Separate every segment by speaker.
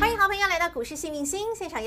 Speaker 1: 欢迎好朋友来到股市幸运星现场，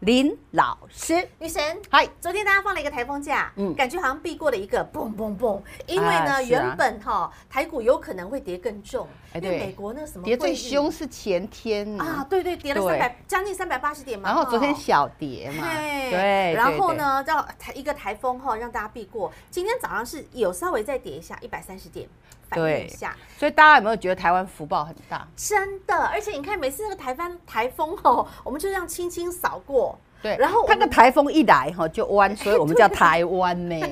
Speaker 2: 林老师。
Speaker 1: 女神，
Speaker 2: 嗨，
Speaker 1: 昨天大家放了一个台风假，
Speaker 2: 嗯
Speaker 1: 感觉好像避过了一个嘣嘣嘣，因为呢，
Speaker 2: 啊是啊
Speaker 1: 原本哈、台股有可能会跌更重，
Speaker 2: 哎
Speaker 1: 因为
Speaker 2: 对
Speaker 1: 美国那个什么
Speaker 2: 跌最
Speaker 1: 会议
Speaker 2: 凶是前天
Speaker 1: 啊，
Speaker 2: 啊，哦
Speaker 1: 对对，跌了三
Speaker 2: 对
Speaker 1: 百将近三百八十点嘛，
Speaker 2: 然后
Speaker 1: 哈
Speaker 2: 昨天小跌嘛，
Speaker 1: 对，
Speaker 2: 对，
Speaker 1: 然
Speaker 2: 对
Speaker 1: 后？呢，到台一个台风后让大家避过，今天早上是有稍微再跌一下，一百三十点，反应
Speaker 2: 对
Speaker 1: 一下，
Speaker 2: 对所以大家有没有觉得台湾福报很大？
Speaker 1: 真的，而且你看每次那个台风台风吼，我们就这样轻轻扫过，
Speaker 2: 对，
Speaker 1: 然后我
Speaker 2: 它
Speaker 1: 们
Speaker 2: 个台风一来哈就 弯，所以我们叫台湾呢。
Speaker 1: 哦，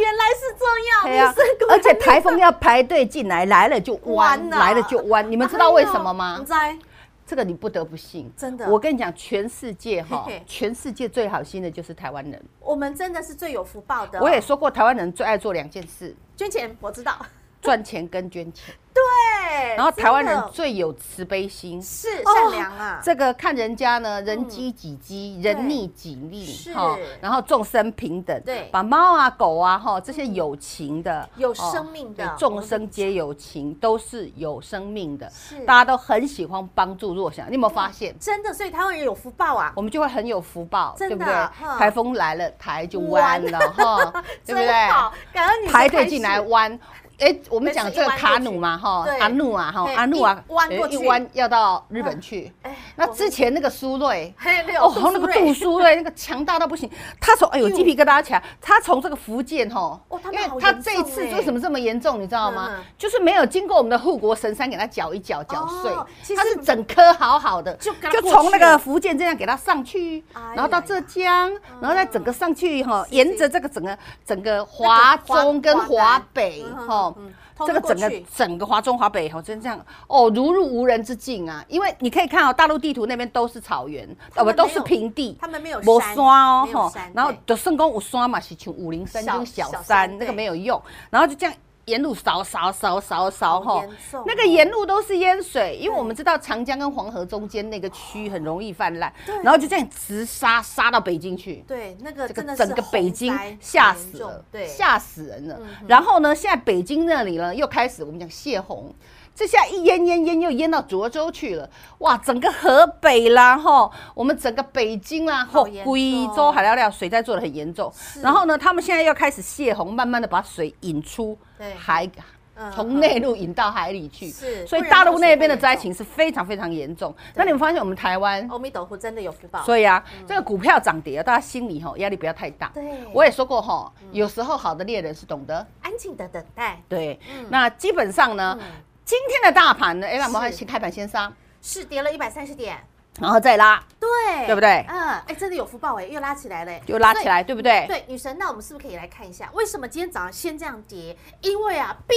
Speaker 1: 原来是这
Speaker 2: 对
Speaker 1: 样，
Speaker 2: 呀
Speaker 1: 你是果然
Speaker 2: 而且台风要排队进来，来了就
Speaker 1: 弯
Speaker 2: 弯，啊
Speaker 1: 呐
Speaker 2: 来了就 弯。你们知道为什么
Speaker 1: 哎呦
Speaker 2: 吗
Speaker 1: 你？在
Speaker 2: 这个你不得不信，
Speaker 1: 真的
Speaker 2: 我跟你讲，全世界哈
Speaker 1: 嘿嘿，
Speaker 2: 全世界最好心的就是台湾人。
Speaker 1: 我们真的是最有福报的。
Speaker 2: 我也说过，台湾人最爱做两件事：
Speaker 1: 捐钱，我知道。
Speaker 2: 赚钱跟捐钱。
Speaker 1: 对，
Speaker 2: 然后台湾人
Speaker 1: 哎真的
Speaker 2: 最有慈悲心，
Speaker 1: 是
Speaker 2: 哦
Speaker 1: 善良啊，嗯
Speaker 2: 这个看人家呢，人机己机，人逆己利，
Speaker 1: 是
Speaker 2: 哈然后众生平等，
Speaker 1: 对嗯
Speaker 2: 把猫啊、狗啊，哈，这些有情的、
Speaker 1: 有
Speaker 2: 哦
Speaker 1: 生命的
Speaker 2: 对
Speaker 1: 我
Speaker 2: 众
Speaker 1: 们
Speaker 2: 生皆有情，都是有生命的
Speaker 1: 是，
Speaker 2: 大家都很喜欢帮助弱小。你有没有发现？
Speaker 1: 真的，所以台湾人有福报啊，
Speaker 2: 我们就会很有福报，
Speaker 1: 真
Speaker 2: 对
Speaker 1: 的
Speaker 2: 不对
Speaker 1: 哈？
Speaker 2: 台风来了，台就弯了， 哈，对不对？
Speaker 1: 真好，感恩你
Speaker 2: 排队进来弯。哎，我们讲这个卡努嘛，哈
Speaker 1: 对，
Speaker 2: 阿努啊，哈
Speaker 1: 对，
Speaker 2: 阿努啊，
Speaker 1: 一弯过去
Speaker 2: 一弯要到日本去。
Speaker 1: 哎
Speaker 2: 那
Speaker 1: 我
Speaker 2: 之前那个苏瑞，
Speaker 1: 还没有
Speaker 2: 哦，那个杜苏 芮那个强大到不行，他从哎呦
Speaker 1: 呦
Speaker 2: 鸡皮疙瘩起来，他从这个福建吼
Speaker 1: 哦他，
Speaker 2: 因
Speaker 1: 们好
Speaker 2: 为他
Speaker 1: 严
Speaker 2: 这一
Speaker 1: 重
Speaker 2: 次
Speaker 1: 欸
Speaker 2: 为什么这么严重，你知道吗
Speaker 1: 嗯嗯？
Speaker 2: 就是没有经过我们的护国神山给他搅一搅搅碎
Speaker 1: 哦其，实
Speaker 2: 他是整颗好好的，
Speaker 1: 就
Speaker 2: 就
Speaker 1: 给它过
Speaker 2: 从那
Speaker 1: 去了
Speaker 2: 个福建这样给他上去
Speaker 1: 哎呀，
Speaker 2: 然后到浙江，然后再整个上去哈，
Speaker 1: 是
Speaker 2: 沿着这个整个整个华中跟华北
Speaker 1: 嗯嗯
Speaker 2: 哈
Speaker 1: 嗯嗯。通
Speaker 2: 这个
Speaker 1: 过
Speaker 2: 整个
Speaker 1: 去
Speaker 2: 整个华中华北吼，真这样哦，如入无人之境啊！因为你可以看哦，大陆地图那边都是草原，
Speaker 1: 他
Speaker 2: 呃，不
Speaker 1: 们
Speaker 2: 都
Speaker 1: 没
Speaker 2: 是
Speaker 1: 有
Speaker 2: 平地，
Speaker 1: 他们没有
Speaker 2: 无
Speaker 1: 山
Speaker 2: 山哦
Speaker 1: 没有
Speaker 2: 吼
Speaker 1: 山，
Speaker 2: 然后
Speaker 1: 对
Speaker 2: 就算讲有山嘛，是像武陵山
Speaker 1: 小
Speaker 2: 就是小
Speaker 1: 小山
Speaker 2: 山，那个
Speaker 1: 对
Speaker 2: 没有用，然后就这样。沿路扫扫扫扫扫
Speaker 1: 好
Speaker 2: 吼
Speaker 1: 严重，
Speaker 2: 那个
Speaker 1: 哦
Speaker 2: 沿路都是淹水，因为
Speaker 1: 对
Speaker 2: 我们知道长江跟黄河中间那个区很容易泛滥
Speaker 1: 对，
Speaker 2: 然后就这样直杀杀到北京去。
Speaker 1: 对那个
Speaker 2: 这
Speaker 1: 真的
Speaker 2: 个
Speaker 1: 是
Speaker 2: 整个北京
Speaker 1: 洪灾
Speaker 2: 吓
Speaker 1: 很严
Speaker 2: 死
Speaker 1: 重
Speaker 2: 了，
Speaker 1: 对，
Speaker 2: 吓死人了
Speaker 1: 嗯哼。
Speaker 2: 然后呢，现在北京那里呢又开始我们讲泄洪，这下一淹淹淹又淹到涿州去了，哇，整个河北啦吼，我们整个北京啦
Speaker 1: 好
Speaker 2: 吼
Speaker 1: 严，重
Speaker 2: 贵州还要料水灾做的很严重。然后呢，他们现在又开始泄洪，慢慢的把水引出
Speaker 1: 对
Speaker 2: 海。
Speaker 1: 嗯
Speaker 2: 从内陆引到海里去，
Speaker 1: 是
Speaker 2: 所以
Speaker 1: 不然
Speaker 2: 大
Speaker 1: 后
Speaker 2: 陆
Speaker 1: 水
Speaker 2: 那边
Speaker 1: 会
Speaker 2: 的
Speaker 1: 严
Speaker 2: 灾
Speaker 1: 重
Speaker 2: 情是非常非常严重。那你们发现我们台湾
Speaker 1: 阿弥陀佛真的有福报，
Speaker 2: 所以啊，这个股票涨跌啊，大家心里吼压力不要太大。
Speaker 1: 嗯对嗯
Speaker 2: 我也说过吼，有时候好的猎人是懂得。
Speaker 1: 安静的等待，
Speaker 2: 对，那基本上呢，今天的大盘呢，哎，让我
Speaker 1: 嗯
Speaker 2: 们
Speaker 1: 是
Speaker 2: 一起开盘先杀，
Speaker 1: 是跌了一百三十点，
Speaker 2: 然后再拉，
Speaker 1: 对，
Speaker 2: 对不对
Speaker 1: 嗯，哎，真的有福报哎，又拉起来了，
Speaker 2: 就拉起
Speaker 1: 所以。
Speaker 2: 来，对不对？，
Speaker 1: 对，女神，那我们是不是可以来看一下，为什么今天早上先这样跌？因为啊，哔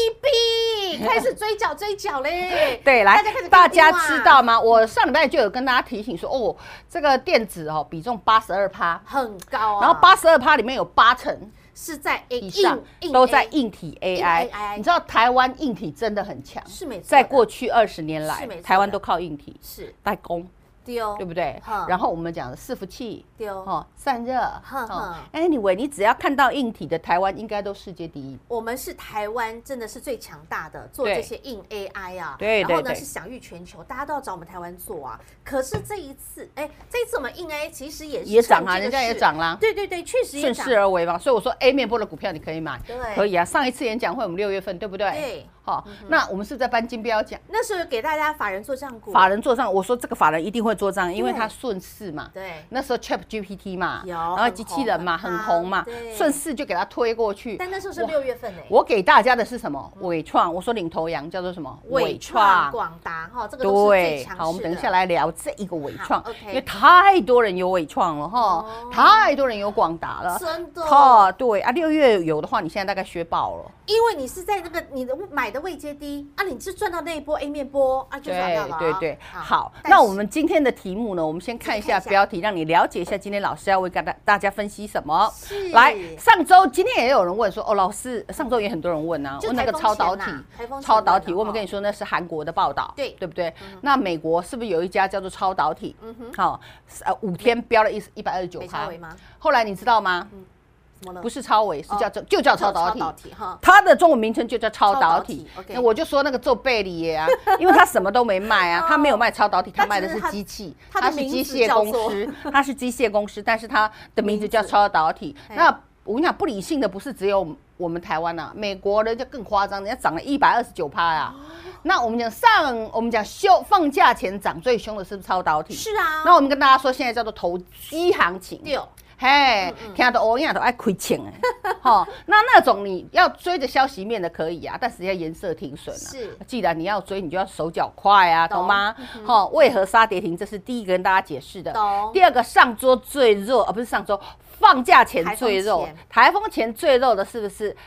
Speaker 1: 哔开始追脚追脚嘞
Speaker 2: 对，来
Speaker 1: 大家开始，啊
Speaker 2: 大家
Speaker 1: 哔哔哇
Speaker 2: 知道吗？我上礼拜就有跟大家提醒说，哦，这个电子哦比重八十二趴，
Speaker 1: 很高啊，
Speaker 2: 然后八十二趴里面有八成
Speaker 1: 是在
Speaker 2: 以
Speaker 1: 硬
Speaker 2: 上
Speaker 1: 硬
Speaker 2: 都在
Speaker 1: A
Speaker 2: 硬体
Speaker 1: 硬 AI
Speaker 2: AI。你知道台湾硬体真的很强，
Speaker 1: 是没错的，
Speaker 2: 在过去二十年
Speaker 1: 是
Speaker 2: 来
Speaker 1: 没错，的
Speaker 2: 台湾都靠硬体
Speaker 1: 是
Speaker 2: 代工。
Speaker 1: 丢，
Speaker 2: 对不对
Speaker 1: 哼？
Speaker 2: 然后我们讲的伺服器，
Speaker 1: 丢
Speaker 2: 哦，散热，
Speaker 1: 哼
Speaker 2: 哦
Speaker 1: 哼
Speaker 2: ，anyway，你只要看到硬体的，台湾应该都世界第一。
Speaker 1: 我们是台湾真的是最强大的，做
Speaker 2: 对
Speaker 1: 这些硬 AI 啊，
Speaker 2: 对
Speaker 1: 然后
Speaker 2: 对
Speaker 1: 呢
Speaker 2: 对
Speaker 1: 是享誉全球，大家都要找我们台湾做啊。可是这一次，哎，这一次我们硬 AI 其实也是
Speaker 2: 也涨啊
Speaker 1: 趁这个
Speaker 2: 人家也
Speaker 1: 势
Speaker 2: 涨啦
Speaker 1: 对对对，确实也
Speaker 2: 顺
Speaker 1: 涨，
Speaker 2: 势而为嘛，所以我说 A 面波的股票你可以买
Speaker 1: 对，
Speaker 2: 可以啊。上一次演讲会我们六月份对不对？
Speaker 1: 对，嗯
Speaker 2: 好、那我们是不是在颁金标奖？
Speaker 1: 那是给大家法人做账股，
Speaker 2: 法人做账，我说这个法人一定会做账，因为
Speaker 1: 对
Speaker 2: 他顺势嘛。
Speaker 1: 对，
Speaker 2: 那时候 Chat GPT 嘛，
Speaker 1: 有
Speaker 2: 然后
Speaker 1: 很
Speaker 2: 机器
Speaker 1: 红
Speaker 2: 人嘛，
Speaker 1: 很
Speaker 2: 很
Speaker 1: 夯
Speaker 2: 红嘛
Speaker 1: 对，
Speaker 2: 顺势就给他推过去。
Speaker 1: 但那时候是
Speaker 2: 哇
Speaker 1: 六月份诶，
Speaker 2: 我给大家的是什么？伟创，我说领头羊叫做什么？
Speaker 1: 伟创、广达哈，这个都是最
Speaker 2: 对，
Speaker 1: 强势的。
Speaker 2: 好，我们等一下来聊这一个伟创
Speaker 1: 好，OK
Speaker 2: 因为太多人有伟创了哈
Speaker 1: 哦，啊
Speaker 2: 太多人有广达了，
Speaker 1: 真的，
Speaker 2: 哦，对啊，六月有的话，你现在大概学爆了，
Speaker 1: 因为你是在那个你的买的位阶低啊，你是赚到那一波 A 面波啊，就赚到了啊。
Speaker 2: 对对，
Speaker 1: 啊
Speaker 2: 好，
Speaker 1: 但
Speaker 2: 那
Speaker 1: 是
Speaker 2: 我们今天的题目呢，我们先看一
Speaker 1: 看
Speaker 2: 下
Speaker 1: 一下
Speaker 2: 标题，让你了解一下今天老师要为大家大家分析什么
Speaker 1: 是。
Speaker 2: 来，上周今天也有人问说，哦，老师，上周也很多人问啊，
Speaker 1: 就
Speaker 2: 问那个
Speaker 1: 台风
Speaker 2: 超导体
Speaker 1: 前呐台风，前
Speaker 2: 超导
Speaker 1: 问
Speaker 2: 体，
Speaker 1: 的
Speaker 2: 我们
Speaker 1: 哦
Speaker 2: 跟你说那是韩国的报道，
Speaker 1: 对嗯
Speaker 2: 对不对？那美国是不是有一家叫做超导体？嗯哼，好，呃，五天标了一一百二十九
Speaker 1: 美超
Speaker 2: 趴
Speaker 1: 维吗，嗯
Speaker 2: 后来你知道吗？
Speaker 1: 怎么了？
Speaker 2: 不
Speaker 1: 是
Speaker 2: 是超维，是叫
Speaker 1: 哦
Speaker 2: 做就叫超导体。
Speaker 1: 哈，
Speaker 2: 它的中文名称就叫超导体
Speaker 1: 超导体。，OK
Speaker 2: 那我就说那个做贝里耶啊， 因为它什么都没卖啊，它没有卖超导体，
Speaker 1: 它
Speaker 2: 它卖的
Speaker 1: 哦只
Speaker 2: 是
Speaker 1: 是它
Speaker 2: 机器，
Speaker 1: 它的
Speaker 2: 是
Speaker 1: 名
Speaker 2: 机
Speaker 1: 字
Speaker 2: 械
Speaker 1: 叫
Speaker 2: 公
Speaker 1: 做
Speaker 2: 司， 它是机械公司，但是它的名字叫
Speaker 1: 名字
Speaker 2: 超导体。
Speaker 1: 哎
Speaker 2: 那我跟你讲，不理性的不是只有我们台湾啊，美国人就更夸张，人家涨了一百二十九趴呀。
Speaker 1: 哦
Speaker 2: 那我们讲上，我们讲休放假前涨最凶的是不是超导体？
Speaker 1: 是啊，
Speaker 2: 嗯那我们跟大家说，现在叫做投机行情。
Speaker 1: 六
Speaker 2: 嘿，
Speaker 1: 嗯
Speaker 2: 听到欧亚都爱亏钱哎， 吼，那那种你要追着消息面的可以啊，但是要颜色停损啊。
Speaker 1: 是
Speaker 2: 既然你要追，你就要手脚快啊，
Speaker 1: 懂嗯
Speaker 2: 懂吗？好、为何杀跌停？这是第一个跟大家解释的。
Speaker 1: 懂
Speaker 2: 第二个，上桌最弱，而、不是上桌，放假前
Speaker 1: 台风
Speaker 2: 最弱
Speaker 1: 前，嗯
Speaker 2: 台风前最弱的是不是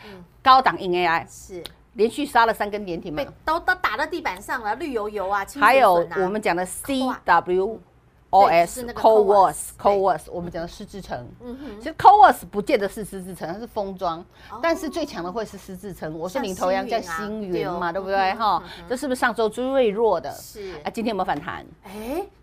Speaker 2: 高档 in AI
Speaker 1: 是
Speaker 2: 连续杀了三根跌停嘛
Speaker 1: 被？都都打到地板上了，绿油油啊，清
Speaker 2: 嗯还
Speaker 1: 水
Speaker 2: 有
Speaker 1: 粉啊
Speaker 2: 我们讲的
Speaker 1: Coa
Speaker 2: CW。
Speaker 1: 对就是
Speaker 2: OS
Speaker 1: 那个
Speaker 2: CoWoS
Speaker 1: Coas，对
Speaker 2: CoWoS，我们讲的失智城，
Speaker 1: 嗯哼
Speaker 2: 其实 CoWoS 不见得是失智城，它是封装，但是最强的会是失智城。
Speaker 1: 哦
Speaker 2: 我说
Speaker 1: 像
Speaker 2: 领头羊叫
Speaker 1: 星云啊
Speaker 2: 星
Speaker 1: 对
Speaker 2: 云
Speaker 1: 哦
Speaker 2: 嘛，对不
Speaker 1: 嗯
Speaker 2: 对？
Speaker 1: 哼
Speaker 2: 哈，这是不是上周最弱的？
Speaker 1: 是
Speaker 2: 啊，今天有没有反弹？
Speaker 1: 哎，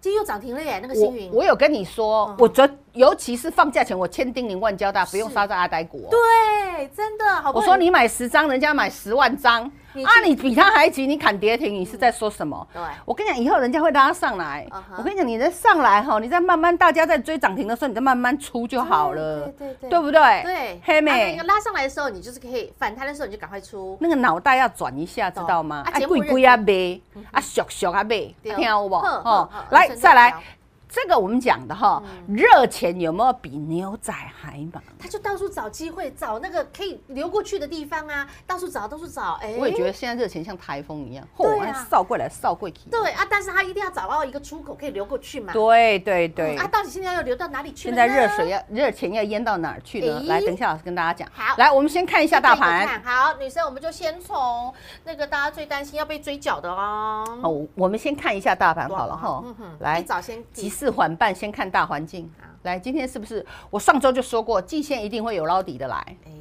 Speaker 1: 今天又涨停了耶，那个
Speaker 2: 我
Speaker 1: 星云嗯
Speaker 2: 我有跟你说，我昨尤其是放假前，我千叮咛万交代，不用杀在阿呆股哦。
Speaker 1: 对，真的好不容
Speaker 2: 我
Speaker 1: 易，
Speaker 2: 说你买十张，人家买十万张，
Speaker 1: 你嗯
Speaker 2: 啊，你比他还急，你砍跌停，你是在说什么？
Speaker 1: 对
Speaker 2: 我跟你讲，以后人家会拉上来
Speaker 1: 嗯哼。
Speaker 2: 我跟你讲，你再上来哈，你再慢慢，大家在追涨停的时候，你再慢慢出就好了，
Speaker 1: 对对对
Speaker 2: 不对？
Speaker 1: 对
Speaker 2: 黑
Speaker 1: 啊那
Speaker 2: 妹
Speaker 1: 个，拉上来的时候，你就是可以反弹的时候，你就赶快出。
Speaker 2: 那个脑袋要转一下，知道吗？
Speaker 1: 啊
Speaker 2: 啊，
Speaker 1: 节目
Speaker 2: 贵
Speaker 1: 认
Speaker 2: 贵啊卖，啊俗俗啊卖，
Speaker 1: 对
Speaker 2: 听有无？
Speaker 1: 好好
Speaker 2: 哦
Speaker 1: 好，嗯
Speaker 2: 来
Speaker 1: 顺着
Speaker 2: 再来
Speaker 1: 聊，
Speaker 2: 这个我们讲的哈，热钱有没有比牛仔还忙？
Speaker 1: 他就到处找机会，找那个可以流过去的地方啊，到处找，到处找。哎、
Speaker 2: 我也觉得现在热钱像台风一样，
Speaker 1: 对
Speaker 2: 嚯，
Speaker 1: 啊
Speaker 2: 啊扫过来扫过去。
Speaker 1: 对啊，但是他一定要找到一个出口可以流过去嘛。
Speaker 2: 对对对
Speaker 1: 啊，。到底现在要流到哪里去
Speaker 2: 现
Speaker 1: 了？
Speaker 2: 在热水。要热钱要淹到哪儿去了？
Speaker 1: 诶
Speaker 2: 来，等一下老师跟大家讲。
Speaker 1: 好
Speaker 2: 来，我们先看一下大
Speaker 1: 一个
Speaker 2: 盘
Speaker 1: 一。个看好，女生我们就先从那个大家最担心要被追缴的哦。
Speaker 2: 哦，我我们先看一下大盘好了哈
Speaker 1: 嗯哼。一
Speaker 2: 来，
Speaker 1: 早先
Speaker 2: 急事缓办，先看大环境
Speaker 1: 好。
Speaker 2: 来，今天是不是我上周就说过，季线一定会有捞底的来？
Speaker 1: 哎、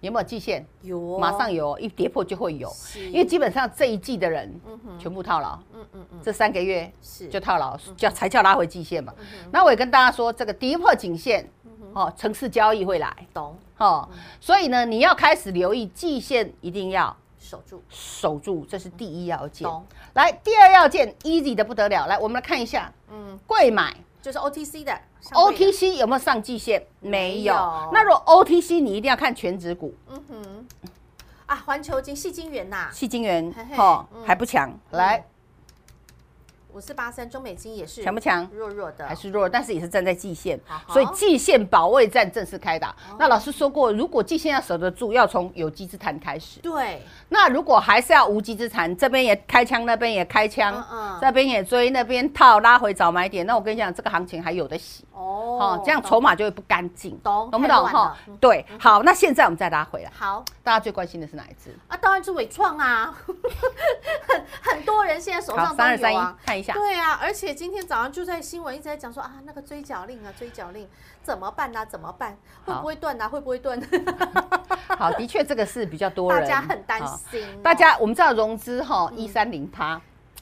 Speaker 2: 有没有季线？
Speaker 1: 有、哦，
Speaker 2: 马上有，一跌破就会有，
Speaker 1: 是
Speaker 2: 因为基本上这一季的人全部套牢，
Speaker 1: 嗯嗯嗯，
Speaker 2: 这三个月
Speaker 1: 是
Speaker 2: 就套牢，叫才叫拉回季线
Speaker 1: 嗯
Speaker 2: 嘛。那我也跟大家说，这个跌破颈线，哦，城市交易会来，
Speaker 1: 懂
Speaker 2: 哦，
Speaker 1: 嗯
Speaker 2: 所以呢，你要开始留意季线，一定要
Speaker 1: 守住。
Speaker 2: 守住，这是第一要件
Speaker 1: 懂。
Speaker 2: 来，第二要件 easy 的不得了，来，我们来看一下，
Speaker 1: 嗯
Speaker 2: 嗯，贵买。
Speaker 1: 就是 OTC 的上柜的
Speaker 2: OTC 有没有上季线？没
Speaker 1: 没
Speaker 2: 有
Speaker 1: 有。
Speaker 2: 那如果 OTC，你一定要看全指股，
Speaker 1: 嗯哼，啊，环球金、细金元呐、
Speaker 2: 细晶元
Speaker 1: 嘿嘿
Speaker 2: 哈
Speaker 1: 嗯
Speaker 2: 还不强，来
Speaker 1: 五四八三，中美金也是
Speaker 2: 强不强？
Speaker 1: 弱弱的，
Speaker 2: 还是弱，但是也是站在季线
Speaker 1: 好，好哦
Speaker 2: 所以季线保卫战正式开打。那老师说过，如果季线要守得住，要从有机之谈开始。
Speaker 1: 对，
Speaker 2: 那如果还是要无机之谈，这边也开枪，那边也开枪
Speaker 1: 嗯嗯，
Speaker 2: 这边也追，那边套，拉回找买点。那我跟你讲，这个行情还有的洗
Speaker 1: 哦
Speaker 2: 哦，这样
Speaker 1: 懂
Speaker 2: 筹码就会不干净，
Speaker 1: 懂
Speaker 2: 懂不
Speaker 1: 太
Speaker 2: 懂？
Speaker 1: 乱
Speaker 2: 哈
Speaker 1: 了，嗯
Speaker 2: 对，好，那现在我们再拉回来，
Speaker 1: 好
Speaker 2: 大家最关心的是哪一只？
Speaker 1: 啊，当然是伟创啊， 很很多人现在手
Speaker 2: 好，
Speaker 1: 上
Speaker 2: 三二
Speaker 1: 都
Speaker 2: 三
Speaker 1: 有
Speaker 2: 一
Speaker 1: 啊。，
Speaker 2: 看一下。
Speaker 1: 对啊，而且今天早上就在新闻一直在讲说啊，那个追缴令啊，追缴令怎么办啊？怎么办？会不
Speaker 2: 好
Speaker 1: 会断啊？会不会断？
Speaker 2: 好，的确这个是比较多
Speaker 1: 啊大
Speaker 2: 人，
Speaker 1: 家很担
Speaker 2: 好。
Speaker 1: 心哦。
Speaker 2: 大家我们知道融资哈一三零趴，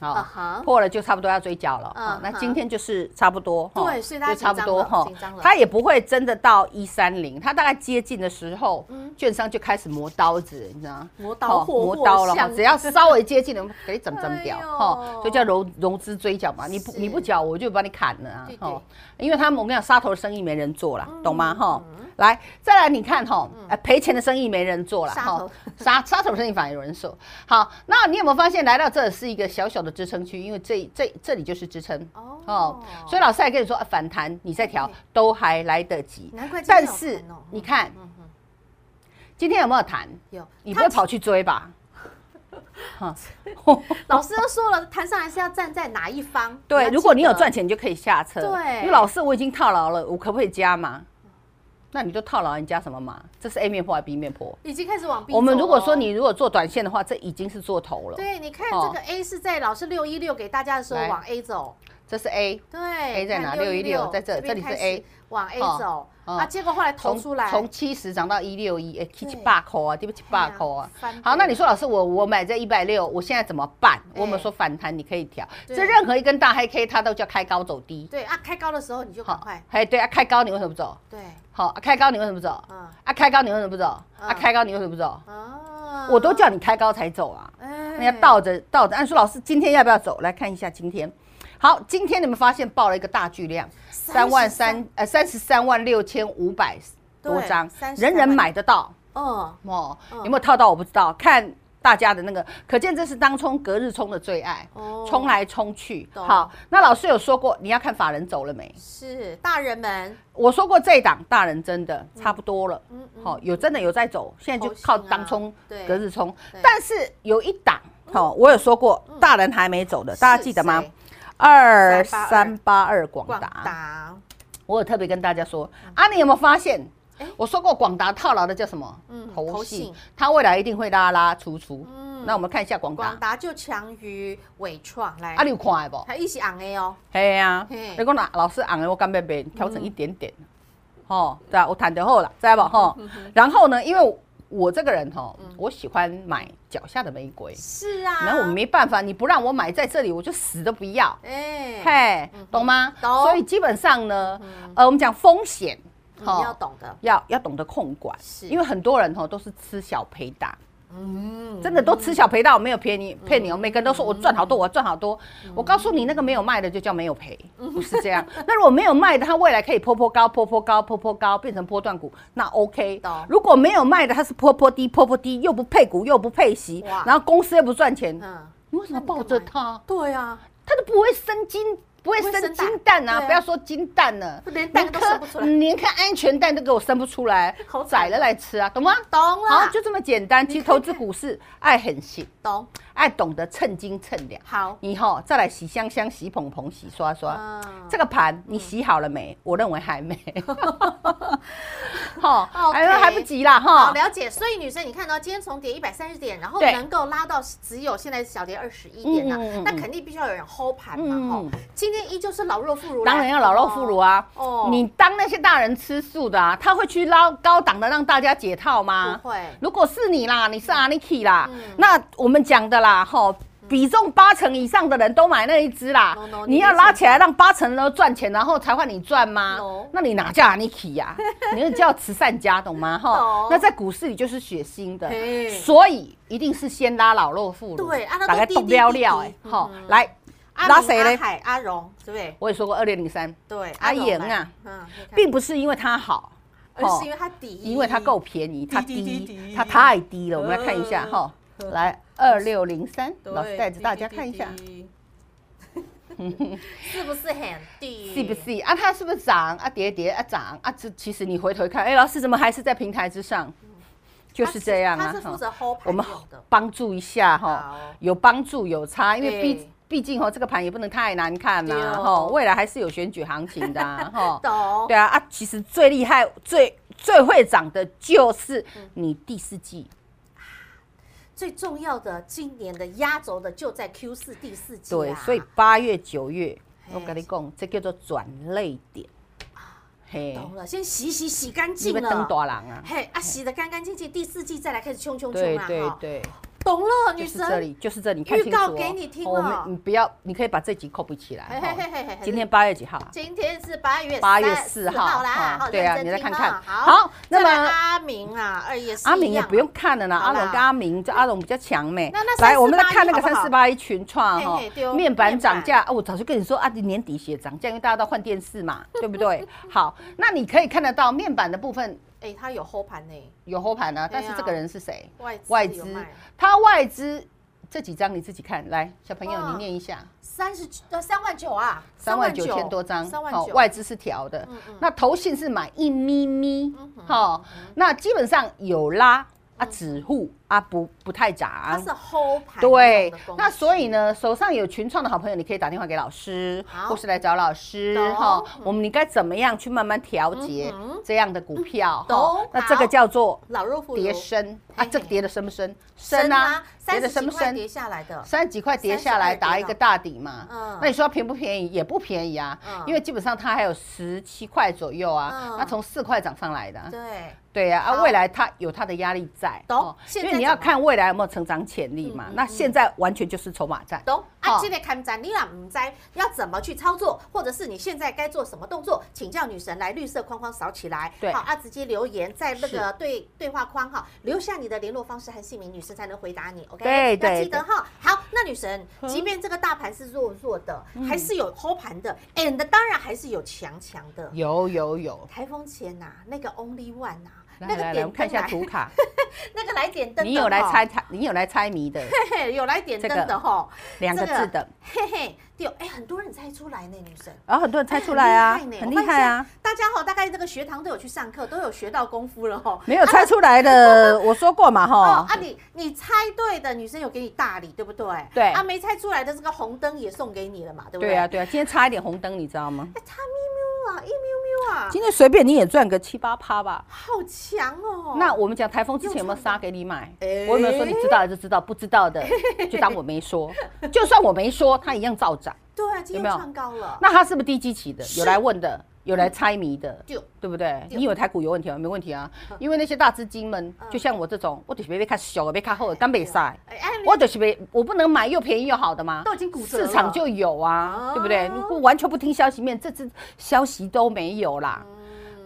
Speaker 1: 啊
Speaker 2: 啊
Speaker 1: 哈
Speaker 2: 破了就差不多要追缴了。啊
Speaker 1: 嗯，
Speaker 2: 那
Speaker 1: 哼
Speaker 2: 今天就是差不多哈，
Speaker 1: 对所以大家
Speaker 2: 就差不多
Speaker 1: 紧张了紧张了
Speaker 2: 它也不会真的到一三零，它大概接近的时候，
Speaker 1: 嗯
Speaker 2: 券商就开始磨刀子，你知道吗？
Speaker 1: 磨刀
Speaker 2: 哦
Speaker 1: 霍
Speaker 2: 磨刀了，
Speaker 1: 霍
Speaker 2: 哈
Speaker 1: 向
Speaker 2: 只要稍微接近了，可以整整掉
Speaker 1: 哎呦
Speaker 2: 哈，就叫融融资追缴嘛。你不
Speaker 1: 是
Speaker 2: 你不缴，我就把你砍了啊
Speaker 1: 对！对嗯
Speaker 2: 哈，因为他们我跟你讲，杀头的生意没人做了，懂吗？哈，来再来你看哈，呃赔钱的生意没人做了
Speaker 1: 杀
Speaker 2: 哈
Speaker 1: 头，
Speaker 2: 杀杀头的生意反而有人做。好，那你有没有发现来到这是一个小小的支撑区？因为这这这里就是支撑
Speaker 1: 哦
Speaker 2: 哦，所以老师还跟你说啊反弹你再调
Speaker 1: 对
Speaker 2: 都还来得及，
Speaker 1: 难怪今天
Speaker 2: 但
Speaker 1: 有
Speaker 2: 是
Speaker 1: 谈哦
Speaker 2: 你看
Speaker 1: 嗯哼，
Speaker 2: 今天有没有谈？
Speaker 1: 有
Speaker 2: 你不
Speaker 1: 他
Speaker 2: 会跑去追吧？哈，
Speaker 1: 老师都说了，谈上来是要站在哪一方？要
Speaker 2: 对，
Speaker 1: 记得
Speaker 2: 如果你有赚，钱，你就可以下车。
Speaker 1: 对
Speaker 2: 因为老师我已经套牢了，我可不可以加码？那你就套牢，你加什么码？这是 A 面坡还是 B 面坡？
Speaker 1: 已经开始往 B
Speaker 2: 我们
Speaker 1: 走
Speaker 2: 如果
Speaker 1: 了
Speaker 2: 说
Speaker 1: 哦
Speaker 2: 你如果做短线的话，这已经是做头了。
Speaker 1: 对，你看这
Speaker 2: 哦
Speaker 1: 个 A 是在老师六一六给大家的时候
Speaker 2: 来
Speaker 1: 往 A 走，
Speaker 2: 这是 A，
Speaker 1: 对
Speaker 2: ，A 在哪
Speaker 1: 616
Speaker 2: 616在这
Speaker 1: 边
Speaker 2: 这里是
Speaker 1: 开始
Speaker 2: A
Speaker 1: 往 A
Speaker 2: 哦
Speaker 1: 走
Speaker 2: 哦
Speaker 1: 啊，结果后来投
Speaker 2: 从
Speaker 1: 出来，
Speaker 2: 从七十涨到一六一，哎，七
Speaker 1: 对
Speaker 2: 八扣啊，对不起，八扣啊
Speaker 1: 哎呀翻。
Speaker 2: 好，那
Speaker 1: 倍
Speaker 2: 你说老师，我我买在一百六，我现在怎么办？我们
Speaker 1: 哎
Speaker 2: 说反弹你可以调，
Speaker 1: 对
Speaker 2: 这任何一根大黑 K 它都叫开高走低。
Speaker 1: 对啊，开高的时候你就赶
Speaker 2: 好
Speaker 1: 快，，
Speaker 2: 哎，对啊，开高你为什么不走？
Speaker 1: 对，
Speaker 2: 好，啊开高你为什么不走？
Speaker 1: 嗯
Speaker 2: 啊，开高你为什么不走？
Speaker 1: 嗯
Speaker 2: 啊，开高你为什么不走？
Speaker 1: 啊哎
Speaker 2: 我都叫你开高才走啊，
Speaker 1: 人
Speaker 2: 人家倒着倒着。按说老师今天要不要走？来看一下今天。好，今天你们发现爆了一个大巨量，三万三呃三十三万六千五百多
Speaker 1: 对
Speaker 2: 张
Speaker 1: 33，
Speaker 2: 人人
Speaker 1: 万
Speaker 2: 买得到
Speaker 1: 哦，
Speaker 2: 哦
Speaker 1: 嗯。
Speaker 2: 有没有套到我不知道，看大家的那个，可见这是当冲隔日冲的最爱
Speaker 1: 哦，
Speaker 2: 冲啊来冲去。
Speaker 1: 懂
Speaker 2: 好，那老师有说过你要看法人走了没？
Speaker 1: 是大人们，
Speaker 2: 我说过这一档大人真的差不多了，
Speaker 1: 嗯嗯
Speaker 2: 好、有真的有在走，现在就靠当冲、
Speaker 1: 投信啊对
Speaker 2: 隔日冲
Speaker 1: 对，嗯
Speaker 2: 但是有一档，好、我有说过、大人还没走的，大家记得吗
Speaker 1: 是谁？
Speaker 2: 二
Speaker 1: 382
Speaker 2: 三八二广
Speaker 1: 广
Speaker 2: 达，
Speaker 1: 达，嗯
Speaker 2: 我有特别跟大家说，啊，你有没有发现？我说过广达套牢的叫什么？
Speaker 1: 哎嗯投
Speaker 2: 投
Speaker 1: 信
Speaker 2: 信，它未来一定会拉拉出出。
Speaker 1: 嗯
Speaker 2: 那我们看一下广达
Speaker 1: 广，达就强于伟创来
Speaker 2: 啊，，你有看的不？
Speaker 1: 还一起昂 A 哦，
Speaker 2: 嘿呀、
Speaker 1: 嘿嗯
Speaker 2: 啊，你讲老老师红的，我干要卖，调整一点点，吼、对啊，我谈得好了，知道不？吼、然后呢，因为我这个人吼、我喜欢买脚下的玫瑰，
Speaker 1: 是嗯啊，
Speaker 2: 那、我没办法，你不让我买在这里，我就死都不要，
Speaker 1: 哎，
Speaker 2: 嘿，懂吗？
Speaker 1: 懂
Speaker 2: 所以基本上呢，呃，我们讲风险，
Speaker 1: 嗯你
Speaker 2: 吼
Speaker 1: 要懂得，
Speaker 2: 要要懂得控管
Speaker 1: 是，
Speaker 2: 因为很多人吼都是吃小赔大，
Speaker 1: 嗯，
Speaker 2: 真的都吃小赔大，我没有骗你骗你哦，每个人都说我赚好多，我赚好多。
Speaker 1: 嗯
Speaker 2: 我告诉你，那个没有卖的就叫没有赔，不是这样。 那如果没有卖的，它未来可以坡坡高、坡坡高、坡坡高，变成波段股，那 OK
Speaker 1: 懂。
Speaker 2: 如果没有卖的，它是坡坡低、坡坡低，又不配股，又不配息
Speaker 1: 哇，
Speaker 2: 然后公司又不赚钱，
Speaker 1: 嗯，
Speaker 2: 你为什
Speaker 1: 那
Speaker 2: 么
Speaker 1: 你
Speaker 2: 抱
Speaker 1: 干
Speaker 2: 着
Speaker 1: 嘛
Speaker 2: 它？
Speaker 1: 对啊，
Speaker 2: 它都不会生金，不会
Speaker 1: 不会生
Speaker 2: 生
Speaker 1: 蛋
Speaker 2: 金蛋啊！
Speaker 1: 对啊
Speaker 2: 不要说金蛋了，
Speaker 1: 连蛋都
Speaker 2: 连颗
Speaker 1: 生不出来
Speaker 2: 连颗安全蛋都给我生不出 来
Speaker 1: 好，惨
Speaker 2: 宰了来吃啊，懂吗？
Speaker 1: 懂
Speaker 2: 好，
Speaker 1: 了，
Speaker 2: 就这么简单。其实投资股市，爱很行。
Speaker 1: 懂，
Speaker 2: 爱懂得称斤称两。
Speaker 1: 好，
Speaker 2: 你吼、再来洗香香、洗捧捧、洗刷刷。
Speaker 1: 嗯
Speaker 2: 这个盘你洗好了没？我认 为还没。哈，
Speaker 1: OK
Speaker 2: 还还不急啦
Speaker 1: 好
Speaker 2: 哈。
Speaker 1: 了解，所以女生，你看到今天从跌一百三十点，然后
Speaker 2: 对
Speaker 1: 能够拉到只有现在小跌二十一点呢、
Speaker 2: 嗯嗯嗯
Speaker 1: 那肯定必须要有人 hold 盘嘛，吼、
Speaker 2: 嗯
Speaker 1: 今天依旧是老弱妇孺，
Speaker 2: 当然要老肉妇孺，啊！
Speaker 1: 哦
Speaker 2: 你当那些大人吃素的啊，他会去捞高档的让大家解套吗？
Speaker 1: 哦不会
Speaker 2: 如果是你啦，你是阿 Niki 啦，
Speaker 1: 嗯
Speaker 2: 那我们讲的啦，吼，比重八成以上的人都买那一只啦
Speaker 1: No, no，，
Speaker 2: 你
Speaker 1: 你
Speaker 2: 要
Speaker 1: 没
Speaker 2: 拉
Speaker 1: 钱
Speaker 2: 起来让八成都赚钱，然后才换你赚吗
Speaker 1: No？
Speaker 2: 那你哪叫阿 Niki 呀？你是叫慈善家，懂吗？
Speaker 1: 懂
Speaker 2: 哈，那在股市里就是血腥的
Speaker 1: 嘿，
Speaker 2: 所以一定是先拉老肉妇孺，
Speaker 1: 对啊那都
Speaker 2: 大概
Speaker 1: 滴滴
Speaker 2: 动撩撩
Speaker 1: 滴滴
Speaker 2: 哎，吼
Speaker 1: 嗯，啊
Speaker 2: 来
Speaker 1: 阿
Speaker 2: 拉
Speaker 1: 明
Speaker 2: 谁
Speaker 1: 阿
Speaker 2: 嘞？
Speaker 1: 海、阿荣，对不对？
Speaker 2: 我也说过二六零三，
Speaker 1: 对，
Speaker 2: 阿
Speaker 1: 荣
Speaker 2: 莹
Speaker 1: 来
Speaker 2: 啊，
Speaker 1: 嗯，你看
Speaker 2: 并不是因为它好，
Speaker 1: 而
Speaker 2: 吼
Speaker 1: 是因为它底，
Speaker 2: 因为它够，便宜，它
Speaker 1: 滴滴滴
Speaker 2: 低
Speaker 1: 滴，
Speaker 2: 它太低了。我们来看一下
Speaker 1: 嗯
Speaker 2: 哈，来二六零三，
Speaker 1: 对
Speaker 2: 老师带着大家看一下，，
Speaker 1: 滴滴滴滴是不是很低？
Speaker 2: 是不？是啊？它是不是涨啊？跌跌啊？涨啊？这其实你回头一看，哎，老师怎么还是在平台之上？就是这样
Speaker 1: 它
Speaker 2: 啊
Speaker 1: 是负
Speaker 2: 哈。
Speaker 1: 责 hold 盘
Speaker 2: 我们
Speaker 1: 用的，
Speaker 2: 帮助一下哈
Speaker 1: 好，
Speaker 2: 有帮助有差，因为
Speaker 1: 对
Speaker 2: 毕毕竟哦，这个盘也不能太难看
Speaker 1: 对
Speaker 2: 啦
Speaker 1: 哦
Speaker 2: 哈，未来还是有选举行情的啊哈。
Speaker 1: 懂？
Speaker 2: 对啊啊，其实最厉害、最最会涨的就是
Speaker 1: 嗯
Speaker 2: 你第四季。
Speaker 1: 最重要的，今年的压轴的就在 Q 四第四季、啊，
Speaker 2: 对，所以八月、九月，
Speaker 1: 嘿
Speaker 2: 我跟你讲，这叫做转泪点。嘿，
Speaker 1: 懂了，先洗洗洗干
Speaker 2: 你
Speaker 1: 净
Speaker 2: 们登
Speaker 1: 了。
Speaker 2: 大人啊？
Speaker 1: 嘿，啊，洗得干干净净，第四季再来开始冲冲冲
Speaker 2: 对
Speaker 1: 啦！
Speaker 2: 对
Speaker 1: 哈，
Speaker 2: 对，
Speaker 1: 懂了，
Speaker 2: 就
Speaker 1: 女
Speaker 2: 是这
Speaker 1: 神。
Speaker 2: 里，就是这里，你看清楚、
Speaker 1: 预告
Speaker 2: 哦。
Speaker 1: 给你听
Speaker 2: 哦我们
Speaker 1: 了
Speaker 2: 你不要，你可以把这集 copy 起来。
Speaker 1: 嘿嘿嘿
Speaker 2: 哦
Speaker 1: 嘿嘿嘿
Speaker 2: 今天八月几号啊？
Speaker 1: 今天是八月
Speaker 2: 八月
Speaker 1: 三
Speaker 2: 四
Speaker 1: 号
Speaker 2: 号
Speaker 1: 啦，
Speaker 2: 哦
Speaker 1: 好
Speaker 2: 对啊
Speaker 1: 认真
Speaker 2: 你再
Speaker 1: 听
Speaker 2: 看看
Speaker 1: 好
Speaker 2: 好，
Speaker 1: 再
Speaker 2: 那
Speaker 1: 来
Speaker 2: 么
Speaker 1: 阿明啊，二也是
Speaker 2: 阿明
Speaker 1: 一
Speaker 2: 也
Speaker 1: 样
Speaker 2: 不用看了啦，
Speaker 1: 好
Speaker 2: 阿
Speaker 1: 啦
Speaker 2: 龙跟阿明，这阿龙比较强妹
Speaker 1: 那那。
Speaker 2: 来，我们来
Speaker 1: 348
Speaker 2: 看那个
Speaker 1: 好不
Speaker 2: 三
Speaker 1: 好
Speaker 2: 四八一群创哈
Speaker 1: 嘿嘿对哦，
Speaker 2: 面板涨
Speaker 1: 面
Speaker 2: 价啊，我早就跟你说啊，年底写涨价，因为大家都换电视嘛，对 不对？好，那你可以看得到面板的部分
Speaker 1: 哎，他有后盘呢，
Speaker 2: 有后盘
Speaker 1: 对
Speaker 2: 啊，
Speaker 1: 啊
Speaker 2: 但是这个人是谁？
Speaker 1: 外资
Speaker 2: 外
Speaker 1: 有
Speaker 2: 资
Speaker 1: 卖，
Speaker 2: 他外资这几张你自己看，来，小朋友
Speaker 1: 哇
Speaker 2: 你念一下，
Speaker 1: 三十呃三万九啊，
Speaker 2: 三万九千多张，
Speaker 1: 三万
Speaker 2: 好
Speaker 1: 九，
Speaker 2: 外资是调的
Speaker 1: 嗯嗯，
Speaker 2: 那投信是买一咪咪
Speaker 1: 嗯哼，
Speaker 2: 好，那基本上有拉啊止户啊不不太
Speaker 1: 它
Speaker 2: 涨
Speaker 1: 是。后盘
Speaker 2: 对
Speaker 1: 用的工，具
Speaker 2: 那所以呢，手上有群创的好朋友，你可以打电话给老师，
Speaker 1: 好
Speaker 2: 或是来找老师
Speaker 1: 懂
Speaker 2: 哈。我们应该怎么样去慢慢调节
Speaker 1: 嗯哼嗯
Speaker 2: 这样的股票？
Speaker 1: 懂
Speaker 2: 哈那这
Speaker 1: 好
Speaker 2: 个叫做
Speaker 1: 老弱妇
Speaker 2: 跌
Speaker 1: 孺
Speaker 2: 升
Speaker 1: 嘿
Speaker 2: 啊，
Speaker 1: 嘿
Speaker 2: 这个跌的深不深？
Speaker 1: 深啊，三
Speaker 2: 跌的
Speaker 1: 十
Speaker 2: 深
Speaker 1: 几
Speaker 2: 不
Speaker 1: 块
Speaker 2: 深？
Speaker 1: 跌下来的，
Speaker 2: 三十几块跌下
Speaker 1: 32
Speaker 2: 来
Speaker 1: 跌到
Speaker 2: 打一个大底嘛，
Speaker 1: 嗯
Speaker 2: 那你说它便不便宜？也不便宜啊，
Speaker 1: 嗯
Speaker 2: 因为基本上它还有十七块左右啊
Speaker 1: 嗯，
Speaker 2: 那从四块涨上来的啊，
Speaker 1: 对，
Speaker 2: 对呀，
Speaker 1: 好
Speaker 2: 啊，未来它有它的压力在，哦
Speaker 1: 懂现
Speaker 2: 因
Speaker 1: 在
Speaker 2: 为你要
Speaker 1: 怎么
Speaker 2: 看未来有没有成长潜力嘛
Speaker 1: 嗯嗯，
Speaker 2: 那现在完全就是筹码战，
Speaker 1: 懂啊？
Speaker 2: 好
Speaker 1: 今天看展，你俩唔知要怎么去操作，或者是你现在该做什么动作，请教女神来绿色框框扫起来。
Speaker 2: 对
Speaker 1: 好啊，直接留言在那个对对话框哈，留下你的联络方式和姓名，女神才能回答你。OK，
Speaker 2: 对对
Speaker 1: 要记得哈。好，那女神，即便这个大盘是弱弱的，
Speaker 2: 嗯
Speaker 1: 还是有 hold 盘的，and 当然还是有强强的。
Speaker 2: 有有有，
Speaker 1: 台风前呐、那个 Only One 呐、
Speaker 2: 来
Speaker 1: 那个
Speaker 2: 来来，我
Speaker 1: 点
Speaker 2: 们看
Speaker 1: 灯
Speaker 2: 一下
Speaker 1: 来，
Speaker 2: 图卡，
Speaker 1: 那个来点灯的，
Speaker 2: 你有来猜，猜，你有来猜谜 的
Speaker 1: 嘿嘿，有来点灯
Speaker 2: 这个
Speaker 1: 的哈，
Speaker 2: 两个
Speaker 1: 这个
Speaker 2: 字的，
Speaker 1: 嘿嘿，对哦，哎，很多人猜出来呢，女神。
Speaker 2: 然后很多人猜出来啊，
Speaker 1: 哎很厉害呢
Speaker 2: 很厉害啊。！
Speaker 1: 我发现大家哈，大概这个学堂都有去上课，都有学到功夫了哈。
Speaker 2: 没有猜出来 的，我说过嘛
Speaker 1: 哦
Speaker 2: 哈
Speaker 1: 啊，，你你猜对的，女生有给你大礼，对不对？
Speaker 2: 对
Speaker 1: 啊，没猜出来的这个红灯也送给你了嘛，对不对？
Speaker 2: 对啊，对啊，今天差一点红灯，你知道吗？
Speaker 1: 哎，差咪咪啊，一咪咪啊，
Speaker 2: 今天随便你也赚个七八趴吧。
Speaker 1: 好强哦！
Speaker 2: 那我们讲台风之前有没有杀给你买？
Speaker 1: 哎
Speaker 2: 我有没有说你知道的就知道，不知 道的就当我没说。就算我没说，它一样照涨。
Speaker 1: 对啊，今天
Speaker 2: 有没有
Speaker 1: 创高了，
Speaker 2: 那它是不是低基期的？
Speaker 1: 是
Speaker 2: 有来问的，有来猜谜的，
Speaker 1: 就
Speaker 2: 对不对？
Speaker 1: 对
Speaker 2: 你以为台股有问题吗？没问题啊，因为那些大资金们
Speaker 1: 嗯，
Speaker 2: 就像我这种，我就是被看小的，被看厚的，刚被晒。
Speaker 1: 哎哎，
Speaker 2: 我就是没，我不能买又便宜又好的吗？
Speaker 1: 都已经骨折了
Speaker 2: 市场就有
Speaker 1: 啊
Speaker 2: 啊，对不对？你不完全不听消息面，这次消息都没有啦。